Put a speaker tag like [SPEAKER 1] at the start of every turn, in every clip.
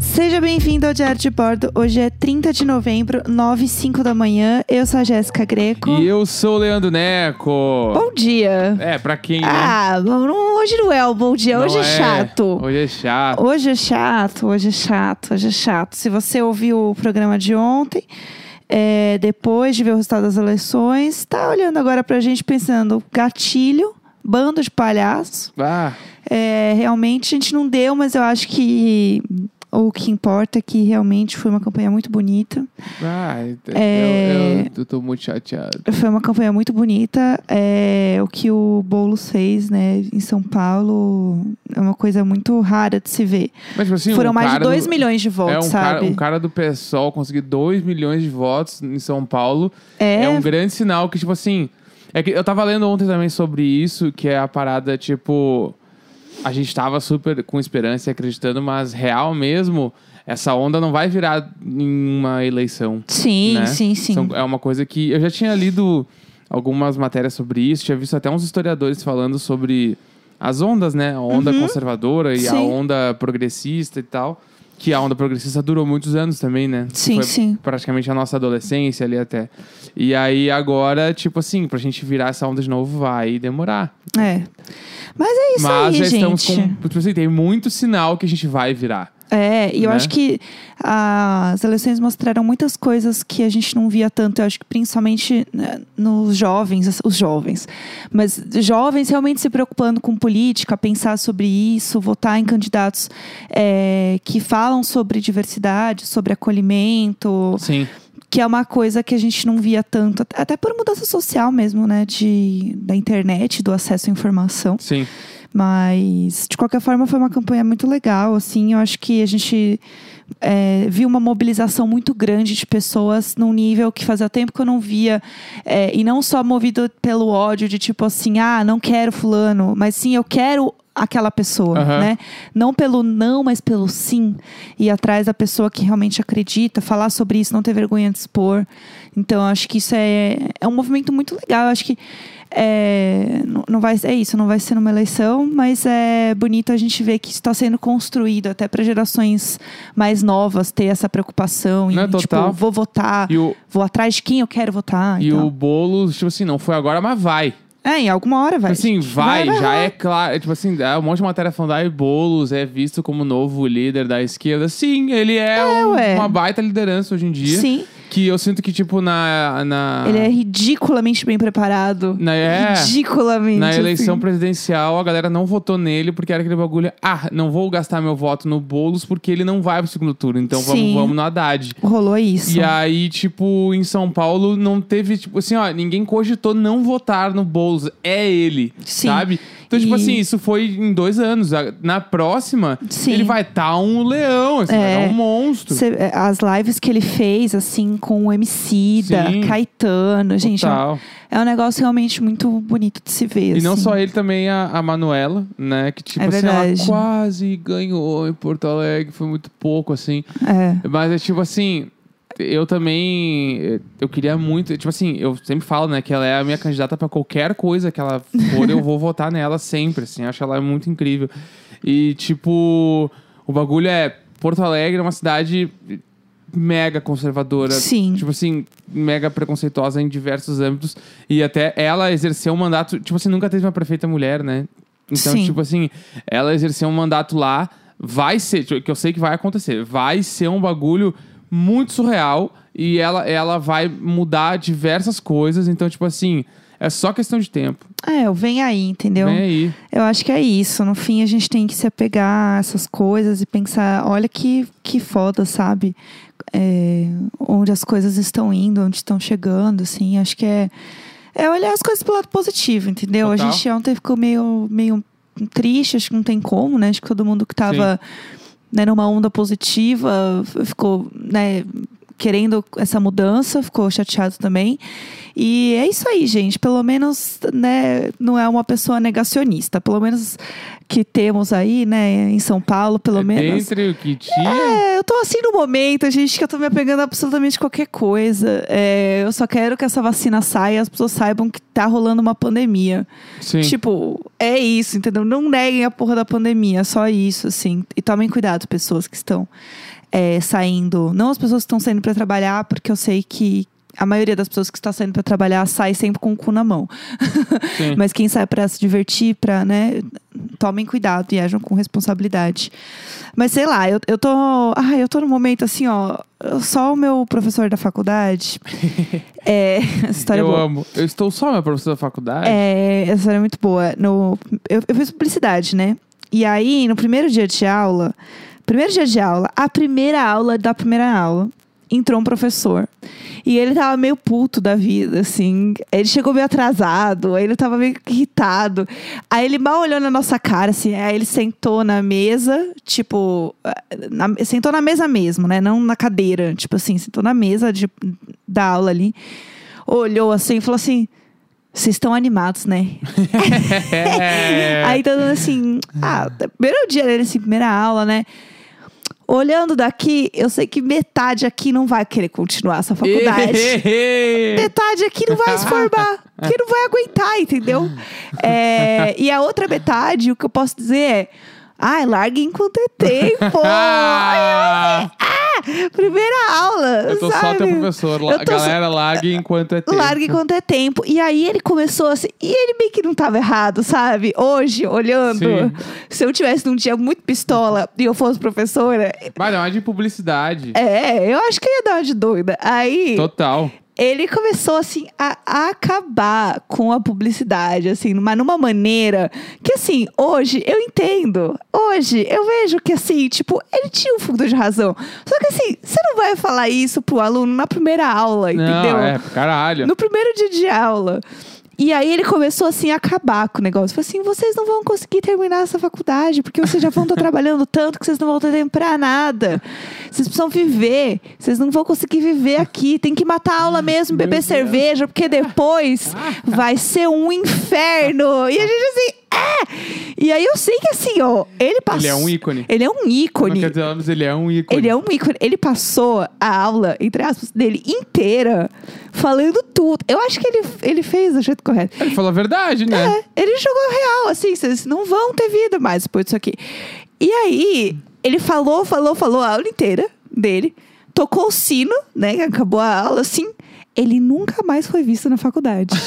[SPEAKER 1] Seja bem-vindo ao Diário de Bordo. Hoje é 30 de novembro, 9 e 5 da manhã. Eu sou a Jéssica Greco.
[SPEAKER 2] E eu sou o Leandro Neco.
[SPEAKER 1] Bom dia.
[SPEAKER 2] É, pra quem. né?
[SPEAKER 1] Oh. Ah, bom, não- hoje não é o bom dia, hoje
[SPEAKER 2] Não
[SPEAKER 1] é chato.
[SPEAKER 2] Hoje é chato.
[SPEAKER 1] Hoje é chato, hoje é chato, hoje é chato. Se você ouviu o programa de ontem, é, depois de ver o resultado das eleições, tá olhando agora pra gente pensando, gatilho, bando de palhaço.
[SPEAKER 2] Ah,
[SPEAKER 1] É, realmente a gente não deu, mas eu acho que o que importa é que realmente foi uma campanha muito bonita.
[SPEAKER 2] ah, eu-
[SPEAKER 1] É.
[SPEAKER 2] eu, eu, tô muito chateado.
[SPEAKER 1] Foi uma campanha muito bonita. É, o que o Boulos fez, né, em São Paulo, é uma coisa muito rara de se ver.
[SPEAKER 2] Mas, tipo assim,
[SPEAKER 1] Foram
[SPEAKER 2] um
[SPEAKER 1] mais de
[SPEAKER 2] cara
[SPEAKER 1] 2
[SPEAKER 2] do,
[SPEAKER 1] milhões de votos,
[SPEAKER 2] é, um
[SPEAKER 1] sabe?
[SPEAKER 2] Cara, um cara do PSOL conseguir 2 milhões de votos em São Paulo é, um grande sinal que, tipo assim. É que eu tava lendo ontem também sobre isso, que é a parada, tipo. A gente tava super com esperança e acreditando, mas real mesmo, essa onda não vai virar em uma eleição.
[SPEAKER 1] Sim,
[SPEAKER 2] né?
[SPEAKER 1] sim, sim.
[SPEAKER 2] São- é uma coisa que eu já tinha lido algumas matérias sobre isso, tinha visto até uns historiadores falando sobre as ondas, né? A onda conservadora e a
[SPEAKER 1] Uhum. Sim.
[SPEAKER 2] onda progressista e tal. Que a onda progressista durou muitos anos também, né?
[SPEAKER 1] Sim,
[SPEAKER 2] Foi
[SPEAKER 1] sim.
[SPEAKER 2] Praticamente a nossa adolescência ali até. E aí agora, tipo assim, pra gente virar essa onda de novo vai demorar.
[SPEAKER 1] É. Mas é isso aí,
[SPEAKER 2] Mas já estamos
[SPEAKER 1] gente.
[SPEAKER 2] com. Tipo assim, tem muito sinal que a gente vai virar.
[SPEAKER 1] É, e eu
[SPEAKER 2] né?
[SPEAKER 1] acho que as eleições mostraram muitas coisas que a gente não via tanto. Eu acho que principalmente né, nos jovens, as- os jovens. Mas jovens realmente se preocupando com política, pensar sobre isso, votar em candidatos é, que falam sobre diversidade, sobre acolhimento,
[SPEAKER 2] Sim.
[SPEAKER 1] que é uma coisa que a gente não via tanto. at- Até por mudança social mesmo, né? De, da internet, do acesso à informação.
[SPEAKER 2] Sim.
[SPEAKER 1] Mas, de qualquer forma, foi uma campanha muito legal, assim. Eu acho que a gente é, viu uma mobilização muito grande de pessoas num nível que fazia tempo que eu não via. é, e não só movido pelo ódio de tipo assim, ah, não quero fulano. Mas sim, eu quero aquela pessoa,
[SPEAKER 2] Aham.
[SPEAKER 1] né? Não pelo não, mas pelo sim. Ir atrás da pessoa que realmente acredita, falar sobre isso, não ter vergonha de expor. Então, eu acho que isso é, é um movimento muito legal. Eu acho que é, não, não vai, é isso, não vai ser numa eleição, mas é bonito a gente ver que isso está sendo construído até para gerações mais novas ter essa preocupação. em,
[SPEAKER 2] Não,
[SPEAKER 1] tipo,
[SPEAKER 2] Né, total.
[SPEAKER 1] vou votar,
[SPEAKER 2] E o,
[SPEAKER 1] vou atrás de quem eu quero votar.
[SPEAKER 2] e
[SPEAKER 1] então.
[SPEAKER 2] o bolo, tipo assim, não foi agora, mas vai.
[SPEAKER 1] É, em alguma hora vai.
[SPEAKER 2] Assim,
[SPEAKER 1] gente.
[SPEAKER 2] vai,
[SPEAKER 1] vai
[SPEAKER 2] já
[SPEAKER 1] rolar.
[SPEAKER 2] é claro. É, tipo assim, há um monte de matéria falando, ai, Boulos é visto como novo líder da esquerda. Sim, ele é, um-
[SPEAKER 1] ué.
[SPEAKER 2] uma baita liderança hoje em dia.
[SPEAKER 1] Sim,
[SPEAKER 2] Que eu sinto que, tipo, na. Na,
[SPEAKER 1] ele é ridiculamente bem preparado.
[SPEAKER 2] na, é,
[SPEAKER 1] Ridiculamente.
[SPEAKER 2] na eleição
[SPEAKER 1] assim.
[SPEAKER 2] presidencial, a galera não votou nele porque era aquele bagulho. Ah, não vou gastar meu voto no Boulos porque ele não vai pro segundo turno. Então
[SPEAKER 1] Sim.
[SPEAKER 2] vamos, vamos no Haddad.
[SPEAKER 1] Rolou isso.
[SPEAKER 2] E aí, tipo, em São Paulo não teve, tipo assim, ó, ninguém cogitou não votar no Boulos. É ele,
[SPEAKER 1] Sim.
[SPEAKER 2] sabe? Então, tipo
[SPEAKER 1] E-
[SPEAKER 2] assim, isso foi em dois anos. A- Na próxima,
[SPEAKER 1] Sim.
[SPEAKER 2] ele vai estar um leão, assim,
[SPEAKER 1] É.
[SPEAKER 2] vai tá um monstro.
[SPEAKER 1] Cê- é, as lives que ele fez, assim, com o Emicida,
[SPEAKER 2] Sim.
[SPEAKER 1] Caetano, gente, é um-
[SPEAKER 2] Total.
[SPEAKER 1] é um negócio realmente muito bonito de se ver.
[SPEAKER 2] E não
[SPEAKER 1] assim.
[SPEAKER 2] só ele, também a, a Manuela, né? Que, tipo
[SPEAKER 1] É
[SPEAKER 2] assim,
[SPEAKER 1] verdade.
[SPEAKER 2] ela quase ganhou em Porto Alegre, foi muito pouco, assim.
[SPEAKER 1] É.
[SPEAKER 2] Mas é tipo assim, eu também. eh, Eu queria muito. Tipo assim, eu sempre falo, né, que ela é a minha candidata pra qualquer coisa que ela for, eu vou votar nela sempre, assim. eu Acho ela muito incrível. E, tipo, o bagulho é. Porto Alegre é uma cidade mega conservadora.
[SPEAKER 1] Sim.
[SPEAKER 2] Tipo assim, mega preconceituosa em diversos âmbitos. E até ela exerceu um mandato. Tipo assim, nunca teve uma prefeita mulher, né? Então,
[SPEAKER 1] Sim.
[SPEAKER 2] tipo assim, ela exerceu um mandato lá, vai ser, tipo, que eu sei que vai acontecer, vai ser um bagulho muito surreal e ela, ela vai mudar diversas coisas. Então, tipo assim, é só questão de tempo. né?
[SPEAKER 1] É, o vem aí, entendeu?
[SPEAKER 2] Vem aí.
[SPEAKER 1] Eu acho que é isso. No fim, a gente tem que se apegar a essas coisas e pensar: olha que, que foda, sabe? É, onde as coisas estão indo, onde estão chegando, assim. Acho que é, é olhar as coisas pelo lado positivo, entendeu? A
[SPEAKER 2] Total.
[SPEAKER 1] gente ontem ficou meio, meio triste, acho que não tem como, né? Acho que todo mundo que tava né, numa onda positiva f- ficou, né? Querendo essa mudança, ficou chateado também. E é isso aí, gente. Pelo menos, né, não é uma pessoa negacionista. Pelo menos que temos aí, né, em São Paulo, pelo
[SPEAKER 2] É
[SPEAKER 1] menos.
[SPEAKER 2] Dentre o que tinha.
[SPEAKER 1] É, eu tô assim no momento, gente, que eu tô me apegando a absolutamente qualquer coisa. É, eu só quero que essa vacina saia e as pessoas saibam que tá rolando uma pandemia.
[SPEAKER 2] Sim.
[SPEAKER 1] Tipo, É isso, entendeu? Não neguem a porra da pandemia, só isso, assim. E tomem cuidado, pessoas que estão é, saindo. Não as pessoas que estão saindo para trabalhar, porque eu sei que a maioria das pessoas que está saindo para trabalhar sai sempre com o cu na mão.
[SPEAKER 2] Sim.
[SPEAKER 1] Mas quem sai para se divertir, para, né? Tomem cuidado e ajam com responsabilidade. Mas sei lá, eu, eu tô. Ai, eu tô num momento assim, ó. Só o meu professor da faculdade. é. Essa história é
[SPEAKER 2] eu
[SPEAKER 1] boa.
[SPEAKER 2] amo. Eu estou só meu professor da faculdade.
[SPEAKER 1] É, essa história é muito boa. No, eu, eu fiz publicidade, né? E aí, no primeiro dia de aula, primeiro dia de aula, a primeira aula da primeira aula, entrou um professor. E ele tava meio puto da vida, assim. Ele chegou meio atrasado, aí ele tava meio que irritado. Aí ele mal olhou na nossa cara, assim. Aí ele sentou na mesa, tipo. na- sentou na mesa mesmo, né? Não na cadeira. Tipo assim, sentou na mesa de, da aula ali. Olhou assim e falou assim. Vocês estão animados, né?
[SPEAKER 2] É.
[SPEAKER 1] Aí todo mundo assim, ah, primeiro dia dele, assim, primeira aula, né? Olhando daqui, eu sei que metade aqui não vai querer continuar essa faculdade. metade aqui não vai se formar, que não vai aguentar, entendeu? É, e a outra metade, o que eu posso dizer é. Ai, larga enquanto é tempo!
[SPEAKER 2] Ah,
[SPEAKER 1] Primeira aula!
[SPEAKER 2] eu tô só
[SPEAKER 1] sabe?
[SPEAKER 2] teu professor. La-
[SPEAKER 1] Eu tô só-
[SPEAKER 2] Galera, largue enquanto é tempo.
[SPEAKER 1] Larga enquanto é tempo. E aí ele começou assim. E ele meio que não tava errado, sabe? Hoje, olhando.
[SPEAKER 2] Sim.
[SPEAKER 1] Se eu tivesse num dia muito pistola e eu fosse professora.
[SPEAKER 2] Vai dar uma é de publicidade.
[SPEAKER 1] É, eu acho que eu ia dar uma de doida. Aí
[SPEAKER 2] Total.
[SPEAKER 1] ele começou assim a, a acabar com a publicidade, assim, mas numa maneira que assim, hoje eu entendo. Hoje eu vejo que assim, tipo, ele tinha um fundo de razão. Só que assim, você não vai falar isso pro aluno na primeira aula, entendeu?
[SPEAKER 2] Não, é, caralho.
[SPEAKER 1] No primeiro dia de aula. E aí ele começou assim a acabar com o negócio. Falou assim: vocês não vão conseguir terminar essa faculdade, porque vocês já vão estar trabalhando tanto que vocês não vão ter tempo pra nada. Vocês precisam viver. Vocês não vão conseguir viver aqui. Tem que matar a aula mesmo,
[SPEAKER 2] Meu
[SPEAKER 1] beber
[SPEAKER 2] Deus.
[SPEAKER 1] cerveja, porque depois vai ser um inferno. E a gente assim, é! E aí eu sei que assim, ó, ele passou.
[SPEAKER 2] Ele é um ícone.
[SPEAKER 1] Ele é um
[SPEAKER 2] Não
[SPEAKER 1] ícone.
[SPEAKER 2] quer dizer, mas ele é um ícone.
[SPEAKER 1] Ele é um ícone. Ele passou a aula, entre aspas, dele inteira, falando tudo. Eu acho que ele, ele fez do jeito correto.
[SPEAKER 2] Ele falou a verdade, né?
[SPEAKER 1] É, ele jogou real, assim, vocês não vão ter vida mais depois disso aqui. E aí, ele falou, falou, falou a aula inteira dele, tocou o sino, né? Acabou a aula, assim. Ele nunca mais foi visto na faculdade.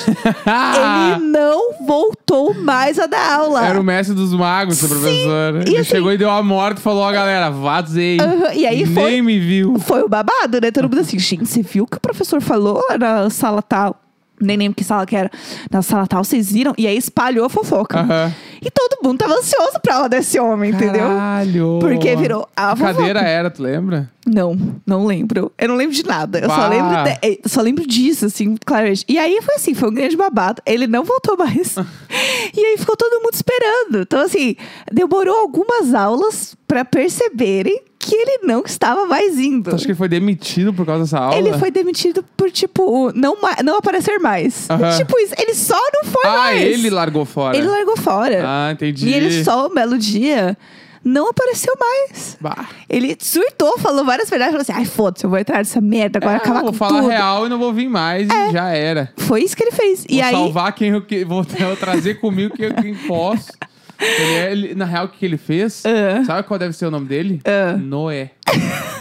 [SPEAKER 1] É, ele não voltou mais a dar aula.
[SPEAKER 2] Era o mestre dos magos, seu
[SPEAKER 1] Sim,
[SPEAKER 2] professor.
[SPEAKER 1] e
[SPEAKER 2] Ele
[SPEAKER 1] assim-
[SPEAKER 2] chegou e deu a morte e falou, ó, galera, vazei.
[SPEAKER 1] Aham, e aí
[SPEAKER 2] Nem
[SPEAKER 1] foi-
[SPEAKER 2] me viu.
[SPEAKER 1] Foi o babado, né? Todo mundo assim, gente, você viu o que o professor falou lá na sala tal? Nem lembro que sala que era. Na sala tal, vocês viram? E aí espalhou a fofoca.
[SPEAKER 2] Aham.
[SPEAKER 1] E todo mundo tava ansioso pra aula desse homem, entendeu?
[SPEAKER 2] Caralho.
[SPEAKER 1] Porque virou a
[SPEAKER 2] Que
[SPEAKER 1] fofoca.
[SPEAKER 2] cadeira era, tu lembra?
[SPEAKER 1] Não, não lembro. Eu não lembro de nada. Eu só
[SPEAKER 2] Bah.
[SPEAKER 1] lembro, de- eh, só lembro disso, assim, muito claramente. E aí foi assim, foi um grande babado. Ele não voltou mais. e aí ficou todo mundo esperando. Então, assim, demorou algumas aulas pra perceberem que ele não estava mais indo.
[SPEAKER 2] Tu acha que ele foi demitido por causa dessa aula?
[SPEAKER 1] Ele foi demitido por, tipo, não, ma- não aparecer mais.
[SPEAKER 2] Aham.
[SPEAKER 1] Tipo isso, ele só não foi
[SPEAKER 2] Ah,
[SPEAKER 1] mais.
[SPEAKER 2] ele largou fora.
[SPEAKER 1] Ele largou fora.
[SPEAKER 2] Ah, entendi.
[SPEAKER 1] e ele só, um belo dia, não apareceu mais.
[SPEAKER 2] Bah.
[SPEAKER 1] Ele surtou, falou várias verdades, falou assim: ai, foda-se, eu vou entrar nessa merda, agora
[SPEAKER 2] É,
[SPEAKER 1] acabar
[SPEAKER 2] eu vou
[SPEAKER 1] com
[SPEAKER 2] falar
[SPEAKER 1] tudo.
[SPEAKER 2] real e não vou vir mais e já era.
[SPEAKER 1] Foi isso que ele fez. e
[SPEAKER 2] vou
[SPEAKER 1] aí,
[SPEAKER 2] salvar quem eu que, vou, tra- eu trazer comigo quem, eu- quem posso. Ele é- ele- na real, o que ele fez?
[SPEAKER 1] Ah.
[SPEAKER 2] Sabe qual deve ser o nome dele? Noé.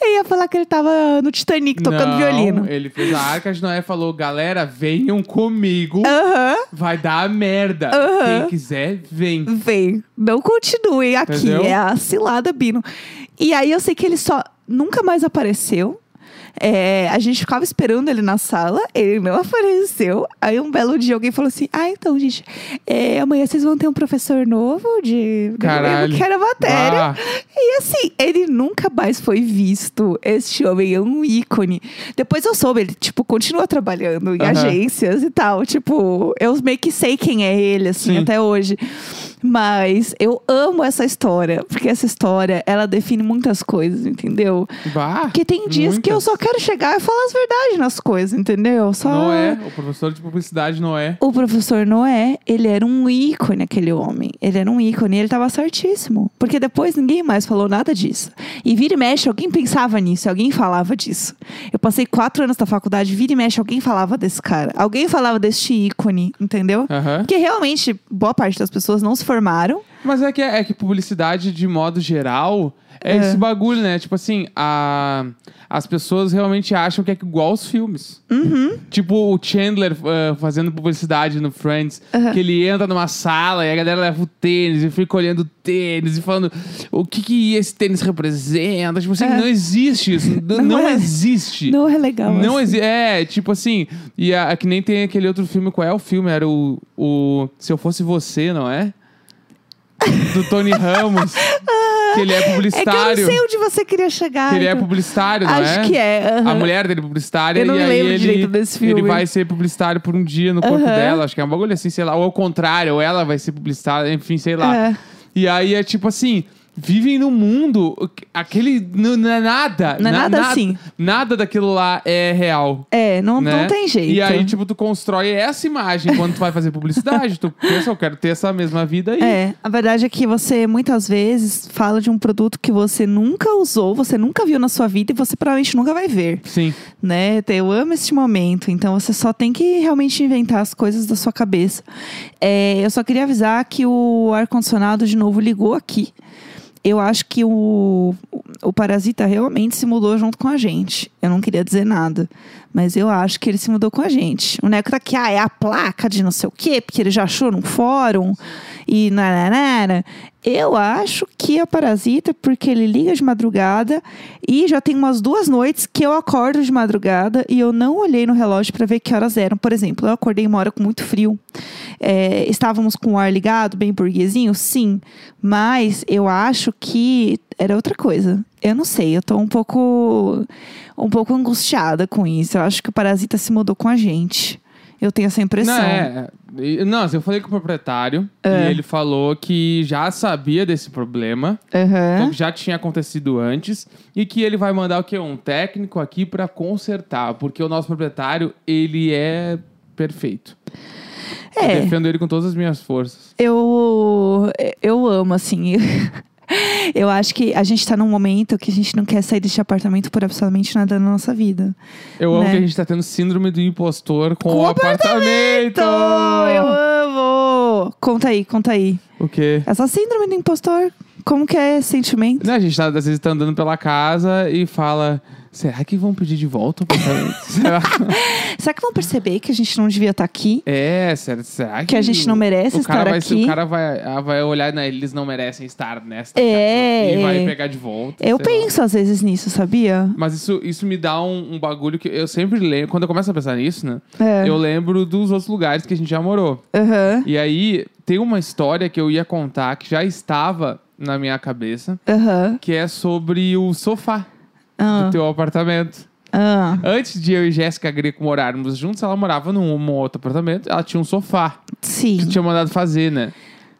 [SPEAKER 1] eu ia falar que ele tava no Titanic É, tocando
[SPEAKER 2] Não,
[SPEAKER 1] violino.
[SPEAKER 2] Ele fez a arca de Noé e falou: galera, venham comigo.
[SPEAKER 1] Aham,
[SPEAKER 2] Vai dar merda.
[SPEAKER 1] Ah. Aham.
[SPEAKER 2] Quem quiser, vem.
[SPEAKER 1] vem. Não continue aqui.
[SPEAKER 2] Entendeu?
[SPEAKER 1] É a cilada, Bino. E aí eu sei que ele só nunca mais apareceu. É, a gente ficava esperando ele na sala, ele não apareceu. Aí um belo dia alguém falou assim: Ah, então, gente, é, amanhã vocês vão ter um professor novo de.
[SPEAKER 2] Caralho.
[SPEAKER 1] Que era matéria.
[SPEAKER 2] Ah,
[SPEAKER 1] E assim, ele nunca mais foi visto. Este homem é um ícone. Depois eu soube, ele, tipo, continua trabalhando em
[SPEAKER 2] Aham.
[SPEAKER 1] agências e tal. Tipo, eu meio que sei quem é ele, assim,
[SPEAKER 2] Sim.
[SPEAKER 1] até hoje. Mas eu amo essa história, porque essa história, ela define muitas coisas, entendeu?
[SPEAKER 2] bah,
[SPEAKER 1] Porque tem dias que eu
[SPEAKER 2] muitas.
[SPEAKER 1] só quero chegar e falar as verdades nas coisas, entendeu? Só
[SPEAKER 2] Noé, o professor de publicidade Noé.
[SPEAKER 1] O professor Noé, ele era um ícone, aquele homem. Ele era um ícone e ele tava certíssimo. Porque depois ninguém mais falou nada disso. E vira e mexe, alguém pensava nisso, alguém falava disso. Eu passei quatro anos na faculdade, vira e mexe, alguém falava desse cara. Alguém falava deste ícone, entendeu?
[SPEAKER 2] Aham.
[SPEAKER 1] Porque realmente, boa parte das pessoas não se formaram.
[SPEAKER 2] Mas é que, é que publicidade, de modo geral,
[SPEAKER 1] É.
[SPEAKER 2] é, esse bagulho, né? Tipo assim, a... as pessoas realmente acham que é igual aos filmes.
[SPEAKER 1] Uhum.
[SPEAKER 2] Tipo o Chandler ah, fazendo publicidade no Friends, que ele entra numa sala e a galera leva o tênis e fica olhando o tênis e falando o que, que esse tênis representa. Tipo assim,
[SPEAKER 1] É.
[SPEAKER 2] não existe isso. N- não,
[SPEAKER 1] é.
[SPEAKER 2] existe.
[SPEAKER 1] Não é legal.
[SPEAKER 2] Não
[SPEAKER 1] assim.
[SPEAKER 2] existe. É, tipo assim. E a, que nem tem aquele outro filme. Qual é o filme? Era o, o Se Eu Fosse Você, não é? Do Tony Ramos. que ele é
[SPEAKER 1] É que eu não
[SPEAKER 2] publicitário.
[SPEAKER 1] sei onde você queria chegar.
[SPEAKER 2] que ele é
[SPEAKER 1] então.
[SPEAKER 2] publicitário, não
[SPEAKER 1] Acho
[SPEAKER 2] é?
[SPEAKER 1] que é. aham.
[SPEAKER 2] A mulher dele é publicitária.
[SPEAKER 1] Eu não
[SPEAKER 2] e aí
[SPEAKER 1] lembro
[SPEAKER 2] ele,
[SPEAKER 1] direito desse filme.
[SPEAKER 2] Ele vai ser publicitário por um dia no corpo
[SPEAKER 1] Aham.
[SPEAKER 2] dela. Acho que é um bagulho assim, sei lá. Ou ao contrário, ou ela vai ser publicitária. Enfim, sei lá.
[SPEAKER 1] É.
[SPEAKER 2] E aí é tipo assim, vivem num mundo, aquele. Não, não é nada.
[SPEAKER 1] Não é nada assim.
[SPEAKER 2] Nada daquilo lá é real.
[SPEAKER 1] É, não,
[SPEAKER 2] né?
[SPEAKER 1] não tem jeito.
[SPEAKER 2] E aí, tipo, tu constrói essa imagem quando tu vai fazer publicidade. tu pensa, eu quero ter essa mesma vida aí.
[SPEAKER 1] É, a verdade é que você muitas vezes fala de um produto que você nunca usou, você nunca viu na sua vida e você provavelmente nunca vai ver,
[SPEAKER 2] Sim.
[SPEAKER 1] né? Eu amo este momento, então você só tem que realmente inventar as coisas da sua cabeça. É, eu só queria avisar que o ar-condicionado de novo ligou aqui. Eu acho que o, o Parasita realmente se mudou junto com a gente. Eu não queria dizer nada, mas eu acho que ele se mudou com a gente. O Neco tá aqui, ah, é a placa de não sei o quê, porque ele já achou num fórum e nananara. Eu acho que é o Parasita, porque ele liga de madrugada e já tem umas duas noites que eu acordo de madrugada e eu não olhei no relógio pra ver que horas eram. Por exemplo, eu acordei uma hora com muito frio. É, estávamos com o ar ligado, bem burguesinho, sim. Mas eu acho que era outra coisa. Eu não sei, eu tô um pouco um pouco angustiada com isso. Eu acho que o parasita se mudou com a gente. Eu tenho essa impressão.
[SPEAKER 2] Não, é. E- Não, assim, eu falei com o proprietário
[SPEAKER 1] É.
[SPEAKER 2] e ele falou que já sabia desse problema.
[SPEAKER 1] Aham.
[SPEAKER 2] Então, que já tinha acontecido antes e que ele vai mandar o quê? Um técnico aqui pra consertar, porque o nosso proprietário, ele é perfeito. Eu
[SPEAKER 1] É.
[SPEAKER 2] defendo ele com todas as minhas forças.
[SPEAKER 1] Eu, eu amo, assim. Eu acho que a gente tá num momento que a gente não quer sair deste apartamento por absolutamente nada na nossa vida.
[SPEAKER 2] Eu amo
[SPEAKER 1] Né?
[SPEAKER 2] que a gente tá tendo síndrome do impostor com,
[SPEAKER 1] Com
[SPEAKER 2] o
[SPEAKER 1] o
[SPEAKER 2] apartamento.
[SPEAKER 1] Tô, eu amo! Conta aí, conta aí.
[SPEAKER 2] O quê?
[SPEAKER 1] Essa síndrome do impostor, como que é esse sentimento?
[SPEAKER 2] Né, a gente tá, às vezes tá andando pela casa e fala: será que vão pedir de volta o apartamento? será?
[SPEAKER 1] Será que vão perceber que a gente não devia estar aqui?
[SPEAKER 2] É, será, será que.
[SPEAKER 1] Que a gente não merece
[SPEAKER 2] o cara
[SPEAKER 1] estar
[SPEAKER 2] vai,
[SPEAKER 1] aqui?
[SPEAKER 2] O cara vai, ah, vai olhar, né? Eles não merecem estar nesta
[SPEAKER 1] É,
[SPEAKER 2] casa. E vai
[SPEAKER 1] é.
[SPEAKER 2] pegar de volta.
[SPEAKER 1] Eu
[SPEAKER 2] sei lá.
[SPEAKER 1] penso às vezes nisso, sabia?
[SPEAKER 2] Mas isso, isso me dá um, um bagulho que eu sempre lembro. Quando eu começo a pensar nisso, né?
[SPEAKER 1] É.
[SPEAKER 2] Eu lembro dos outros lugares que a gente já morou.
[SPEAKER 1] Aham,
[SPEAKER 2] E aí, tem uma história que eu ia contar que já estava na minha cabeça,
[SPEAKER 1] aham.
[SPEAKER 2] que é sobre o sofá do
[SPEAKER 1] ah,
[SPEAKER 2] teu apartamento.
[SPEAKER 1] ah.
[SPEAKER 2] Antes de eu e Jéssica Greco morarmos juntos, ela morava num num outro apartamento. Ela tinha um sofá que
[SPEAKER 1] Sim.
[SPEAKER 2] tinha mandado fazer, né?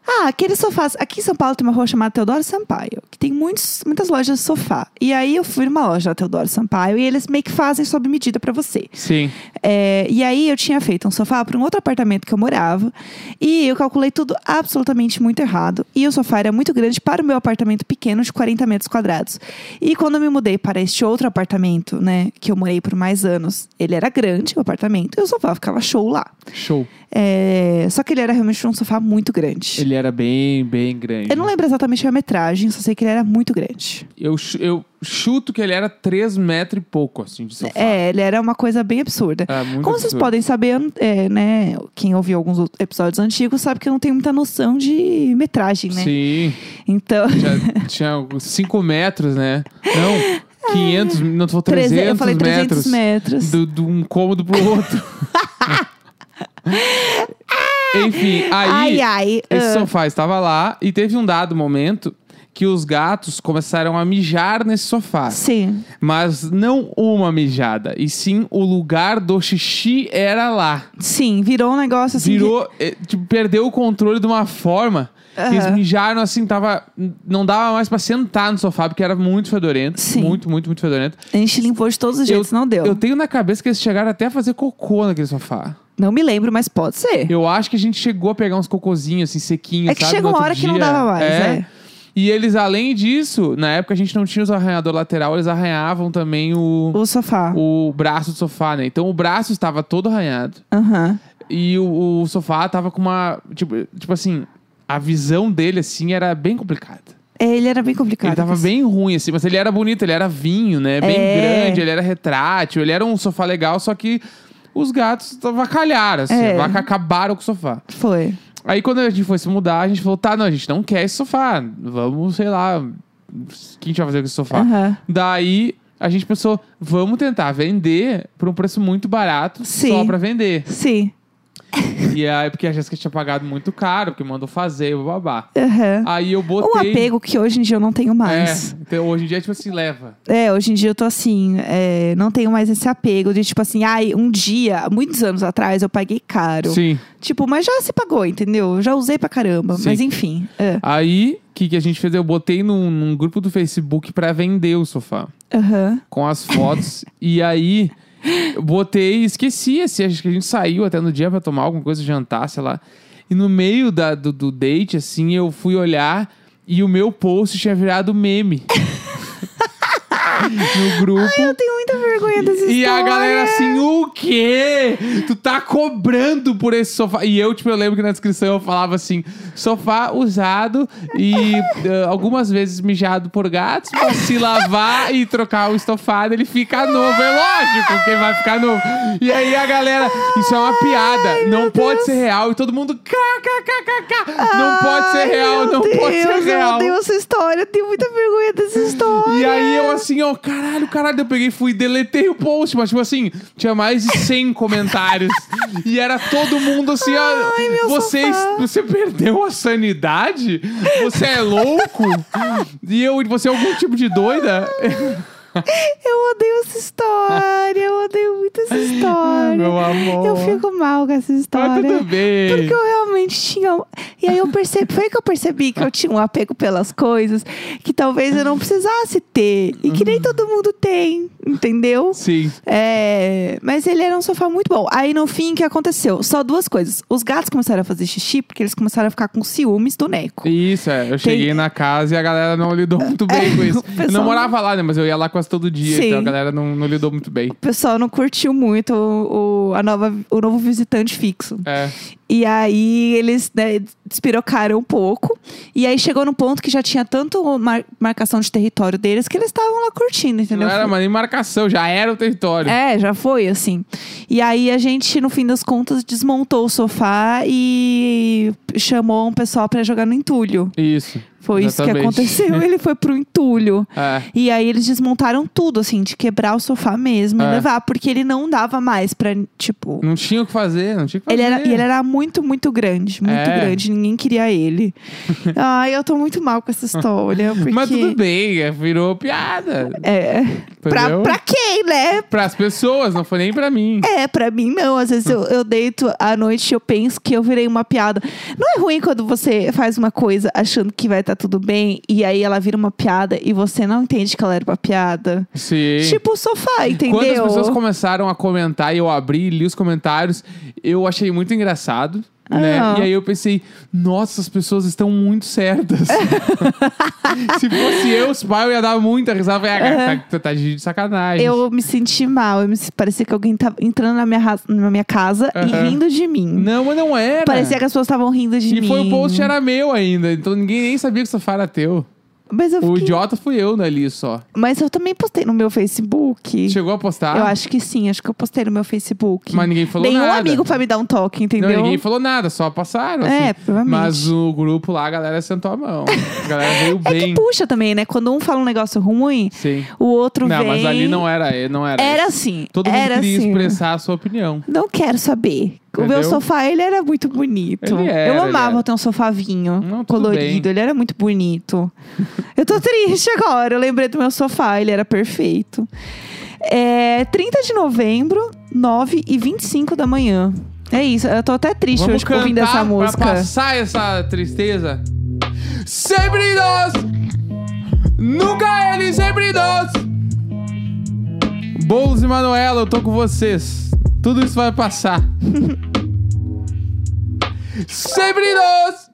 [SPEAKER 1] Ah, aqueles sofás. Aqui em São Paulo tem uma rua chamada Teodoro Sampaio, que tem muitos, muitas lojas de sofá. E aí eu fui numa loja da Teodoro Sampaio e eles meio que fazem sob medida pra você.
[SPEAKER 2] Sim.
[SPEAKER 1] É, e aí eu tinha feito um sofá para um outro apartamento que eu morava. E eu calculei tudo absolutamente muito errado. E o sofá era muito grande para o meu apartamento pequeno de 40 metros quadrados. E quando eu me mudei para este outro apartamento, né, que eu morei por mais anos, ele era grande, o apartamento, e o sofá ficava show lá.
[SPEAKER 2] Show.
[SPEAKER 1] É, só que ele era realmente um sofá muito grande.
[SPEAKER 2] Ele era bem, bem grande.
[SPEAKER 1] Eu não lembro exatamente a metragem, só sei que ele era muito grande.
[SPEAKER 2] Eu, chu- eu chuto que ele era 3 metros e pouco, assim, de sofá.
[SPEAKER 1] É, ele era uma coisa bem absurda.
[SPEAKER 2] Era É, muito
[SPEAKER 1] Como vocês
[SPEAKER 2] absurdo.
[SPEAKER 1] podem saber, eu não- é, né? Quem ouviu alguns outros episódios antigos sabe que eu não tenho muita noção de metragem, né?
[SPEAKER 2] Sim.
[SPEAKER 1] Então,
[SPEAKER 2] Tinha- Tinha 5 metros, né? Não, 500, não, tu falou 300
[SPEAKER 1] eu falei 300 metros.
[SPEAKER 2] Do- De um cômodo pro outro. Enfim,
[SPEAKER 1] ai,
[SPEAKER 2] aí
[SPEAKER 1] ai.
[SPEAKER 2] esse
[SPEAKER 1] ah,
[SPEAKER 2] sofá estava lá e teve um dado momento que os gatos começaram a mijar nesse sofá.
[SPEAKER 1] ah, Sim.
[SPEAKER 2] Mas não uma mijada, e sim o lugar do xixi era lá.
[SPEAKER 1] Sim, virou um negócio assim.
[SPEAKER 2] Virou, eh, tipo, perdeu o controle de uma forma. que
[SPEAKER 1] Aham.
[SPEAKER 2] Eles mijaram assim, tava. Não dava mais pra sentar no sofá, porque era muito fedorento.
[SPEAKER 1] Sim.
[SPEAKER 2] Muito, muito, muito fedorento.
[SPEAKER 1] que a gente limpou de todos os jeitos, não deu.
[SPEAKER 2] Eu tenho na cabeça que eles chegaram até a fazer cocô naquele sofá.
[SPEAKER 1] Não me lembro, mas pode ser.
[SPEAKER 2] Eu acho que a gente chegou a pegar uns cocôzinhos, assim, sequinhos,
[SPEAKER 1] É que
[SPEAKER 2] sabe,
[SPEAKER 1] chega
[SPEAKER 2] no
[SPEAKER 1] uma
[SPEAKER 2] outro
[SPEAKER 1] hora que não
[SPEAKER 2] dia.
[SPEAKER 1] dava mais, é.
[SPEAKER 2] E eles, além disso, na época a gente não tinha os arranhador lateral, eles arranhavam também o,
[SPEAKER 1] O sofá.
[SPEAKER 2] o braço do sofá, né? Então o braço estava todo arranhado.
[SPEAKER 1] Aham.
[SPEAKER 2] E o, o sofá tava com uma. Tipo, tipo assim, a visão dele, assim, era bem complicada.
[SPEAKER 1] É, Ele era bem complicado.
[SPEAKER 2] Ele tava
[SPEAKER 1] assim.
[SPEAKER 2] bem ruim, assim, mas ele era bonito, ele era vinho, né? Bem
[SPEAKER 1] É.
[SPEAKER 2] grande, ele era retrátil, ele era um sofá legal, só que os gatos avacalharam, assim,
[SPEAKER 1] É.
[SPEAKER 2] avaca- acabaram com o sofá.
[SPEAKER 1] Foi.
[SPEAKER 2] Aí quando a gente foi se mudar, a gente falou, tá, não, a gente não quer esse sofá. Vamos, sei lá, o que a gente vai fazer com esse sofá?
[SPEAKER 1] Aham.
[SPEAKER 2] Daí a gente pensou, vamos tentar vender por um preço muito barato só
[SPEAKER 1] Sim.
[SPEAKER 2] pra vender.
[SPEAKER 1] Sim.
[SPEAKER 2] E aí, porque a Jéssica tinha pagado muito caro, porque mandou fazer, babá.
[SPEAKER 1] Aham.
[SPEAKER 2] Aí eu
[SPEAKER 1] Um
[SPEAKER 2] botei.
[SPEAKER 1] apego que hoje em dia eu não tenho mais.
[SPEAKER 2] É, então hoje em dia, tipo assim, leva.
[SPEAKER 1] É, hoje em dia eu tô assim, é, não tenho mais esse apego de tipo assim, ai, um dia, muitos anos atrás, eu paguei caro.
[SPEAKER 2] Sim.
[SPEAKER 1] Tipo, mas já se pagou, entendeu? Eu Já usei pra caramba.
[SPEAKER 2] Sim.
[SPEAKER 1] Mas enfim. é.
[SPEAKER 2] Aí, o que, que a gente fez? Eu botei num, num grupo do Facebook pra vender o sofá.
[SPEAKER 1] Aham.
[SPEAKER 2] Com as fotos. e aí, eu botei e esqueci, assim. Acho que a gente saiu até no dia pra tomar alguma coisa, jantar, sei lá. E no meio da, do, do date, assim, eu fui olhar e o meu post tinha virado meme. no grupo.
[SPEAKER 1] Eu tenho muita vergonha dessa
[SPEAKER 2] E a
[SPEAKER 1] história.
[SPEAKER 2] galera assim, o quê? Tu tá cobrando por esse sofá? E eu, tipo, eu lembro que na descrição eu falava assim: sofá usado e eh, algumas vezes mijado por gatos, pra se lavar e trocar o estofado, ele fica novo. É lógico que vai ficar novo. E aí a galera, isso é uma piada, não pode ser real. E todo mundo, kkkk, não pode ser
[SPEAKER 1] Ai,
[SPEAKER 2] real,
[SPEAKER 1] meu
[SPEAKER 2] não
[SPEAKER 1] Deus,
[SPEAKER 2] pode ser real.
[SPEAKER 1] Eu odeio essa história, eu tenho muita vergonha dessa
[SPEAKER 2] E
[SPEAKER 1] história.
[SPEAKER 2] aí eu assim, ó, caralho, caralho, eu peguei e fui, deletei o post, mas tipo assim, tinha mais de 100 comentários. E era todo mundo assim, ó,
[SPEAKER 1] Ai, meu
[SPEAKER 2] vocês,
[SPEAKER 1] sofá.
[SPEAKER 2] você perdeu a sanidade? Você é louco? e eu, você é algum tipo de doida?
[SPEAKER 1] Eu odeio essa história, eu odeio muito essa história.
[SPEAKER 2] meu amor.
[SPEAKER 1] Eu fico mal com essa
[SPEAKER 2] Mas
[SPEAKER 1] história.
[SPEAKER 2] tudo bem.
[SPEAKER 1] Porque eu realmente tinha. um, E aí eu percebi, foi que eu percebi que eu tinha um apego pelas coisas que talvez eu não precisasse ter. E que nem todo mundo tem, entendeu?
[SPEAKER 2] Sim.
[SPEAKER 1] É, mas ele era um sofá muito bom. Aí no fim, o que aconteceu? Só duas coisas. Os gatos começaram a fazer xixi porque eles começaram a ficar com ciúmes do Neco.
[SPEAKER 2] Isso, é. Eu cheguei na casa e a galera não lidou muito bem com isso.
[SPEAKER 1] É, o pessoal
[SPEAKER 2] Eu não
[SPEAKER 1] não-
[SPEAKER 2] morava lá, né? Mas eu ia lá quase todo dia,
[SPEAKER 1] Sim.
[SPEAKER 2] então a galera não, não lidou muito bem.
[SPEAKER 1] O pessoal não curtiu muito o, o- a nova, o novo visitante fixo.
[SPEAKER 2] É.
[SPEAKER 1] E aí eles né, despirocaram um pouco. E aí chegou num ponto que já tinha tanto mar- marcação de território deles que eles estavam lá curtindo, entendeu?
[SPEAKER 2] Não era
[SPEAKER 1] Foi-
[SPEAKER 2] mais nem marcação, já era o território.
[SPEAKER 1] É, já foi assim. E aí a gente, no fim das contas, desmontou o sofá e chamou um pessoal pra jogar no entulho.
[SPEAKER 2] Isso.
[SPEAKER 1] Foi
[SPEAKER 2] Exatamente.
[SPEAKER 1] isso que aconteceu. Ele foi pro entulho.
[SPEAKER 2] É.
[SPEAKER 1] E aí eles desmontaram tudo, assim, de quebrar o sofá mesmo
[SPEAKER 2] É.
[SPEAKER 1] e levar, porque ele não dava mais pra, tipo.
[SPEAKER 2] Não tinha o que fazer, não tinha o que
[SPEAKER 1] Ele
[SPEAKER 2] fazer.
[SPEAKER 1] era, e ele era muito, muito grande, muito
[SPEAKER 2] É.
[SPEAKER 1] grande. Ninguém queria ele. Ai, eu tô muito mal com essa história. Porque,
[SPEAKER 2] Mas tudo bem, é, virou piada.
[SPEAKER 1] É. Pra,
[SPEAKER 2] Entendeu?
[SPEAKER 1] pra quem, né?
[SPEAKER 2] Pras pessoas, não foi nem pra mim.
[SPEAKER 1] É, pra mim não. Às vezes eu, eu deito à noite e eu penso que eu virei uma piada. Não é ruim quando você faz uma coisa achando que vai estar tudo bem e aí ela vira uma piada e você não entende que ela era uma piada.
[SPEAKER 2] Sim.
[SPEAKER 1] Tipo o sofá, entendeu?
[SPEAKER 2] Quando as pessoas começaram a comentar e eu abri, li os comentários, eu achei muito engraçado. Né?
[SPEAKER 1] Ah.
[SPEAKER 2] E aí eu pensei, nossa, as pessoas estão muito certas. Se fosse eu, os pais, eu ia dar muita risada. Eu ia, "Ah, tá, tá de sacanagem.
[SPEAKER 1] Eu me senti mal, eu me, parecia que alguém tava entrando na minha, ra- na minha casa
[SPEAKER 2] Aham.
[SPEAKER 1] e rindo de mim.
[SPEAKER 2] Não, mas não era.
[SPEAKER 1] Parecia que as pessoas estavam rindo de
[SPEAKER 2] É E
[SPEAKER 1] mim.
[SPEAKER 2] foi o post era meu ainda, então ninguém nem sabia que o sofá era teu.
[SPEAKER 1] Mas eu,
[SPEAKER 2] O
[SPEAKER 1] fiquei-
[SPEAKER 2] idiota fui eu ali só.
[SPEAKER 1] Mas eu também postei no meu Facebook.
[SPEAKER 2] Chegou a postar?
[SPEAKER 1] Eu acho que sim, acho que eu postei no meu Facebook.
[SPEAKER 2] Mas ninguém falou
[SPEAKER 1] Nenhum
[SPEAKER 2] nada.
[SPEAKER 1] amigo pra me dar um toque,
[SPEAKER 2] Não,
[SPEAKER 1] entendeu?
[SPEAKER 2] ninguém falou nada, só passaram.
[SPEAKER 1] É,
[SPEAKER 2] assim.
[SPEAKER 1] provavelmente.
[SPEAKER 2] Mas o grupo lá, a galera sentou a mão. A galera veio
[SPEAKER 1] É
[SPEAKER 2] bem.
[SPEAKER 1] que puxa também, né? Quando um fala um negócio ruim,
[SPEAKER 2] Sim.
[SPEAKER 1] o outro
[SPEAKER 2] Não,
[SPEAKER 1] vem...
[SPEAKER 2] mas ali não era, não era.
[SPEAKER 1] Era
[SPEAKER 2] isso.
[SPEAKER 1] assim.
[SPEAKER 2] Todo mundo
[SPEAKER 1] era
[SPEAKER 2] queria
[SPEAKER 1] assim.
[SPEAKER 2] expressar a sua opinião.
[SPEAKER 1] Não quero saber. O o meu sofá, ele era muito bonito.
[SPEAKER 2] Ele era,
[SPEAKER 1] eu
[SPEAKER 2] ele
[SPEAKER 1] amava
[SPEAKER 2] era.
[SPEAKER 1] ter um sofá vinho
[SPEAKER 2] Não, tudo
[SPEAKER 1] colorido,
[SPEAKER 2] bem.
[SPEAKER 1] ele era muito bonito. eu tô triste agora, eu lembrei do meu sofá, ele era perfeito. É 30 de novembro, 9 e 25 da manhã. É isso, eu tô até triste
[SPEAKER 2] Vamos
[SPEAKER 1] hoje
[SPEAKER 2] cantar
[SPEAKER 1] ouvindo essa música.
[SPEAKER 2] pra passar essa tristeza. Sempre nós, nunca ele, sempre nós. Boulos e Manuela, eu tô com vocês. Tudo isso vai passar. sempre nós.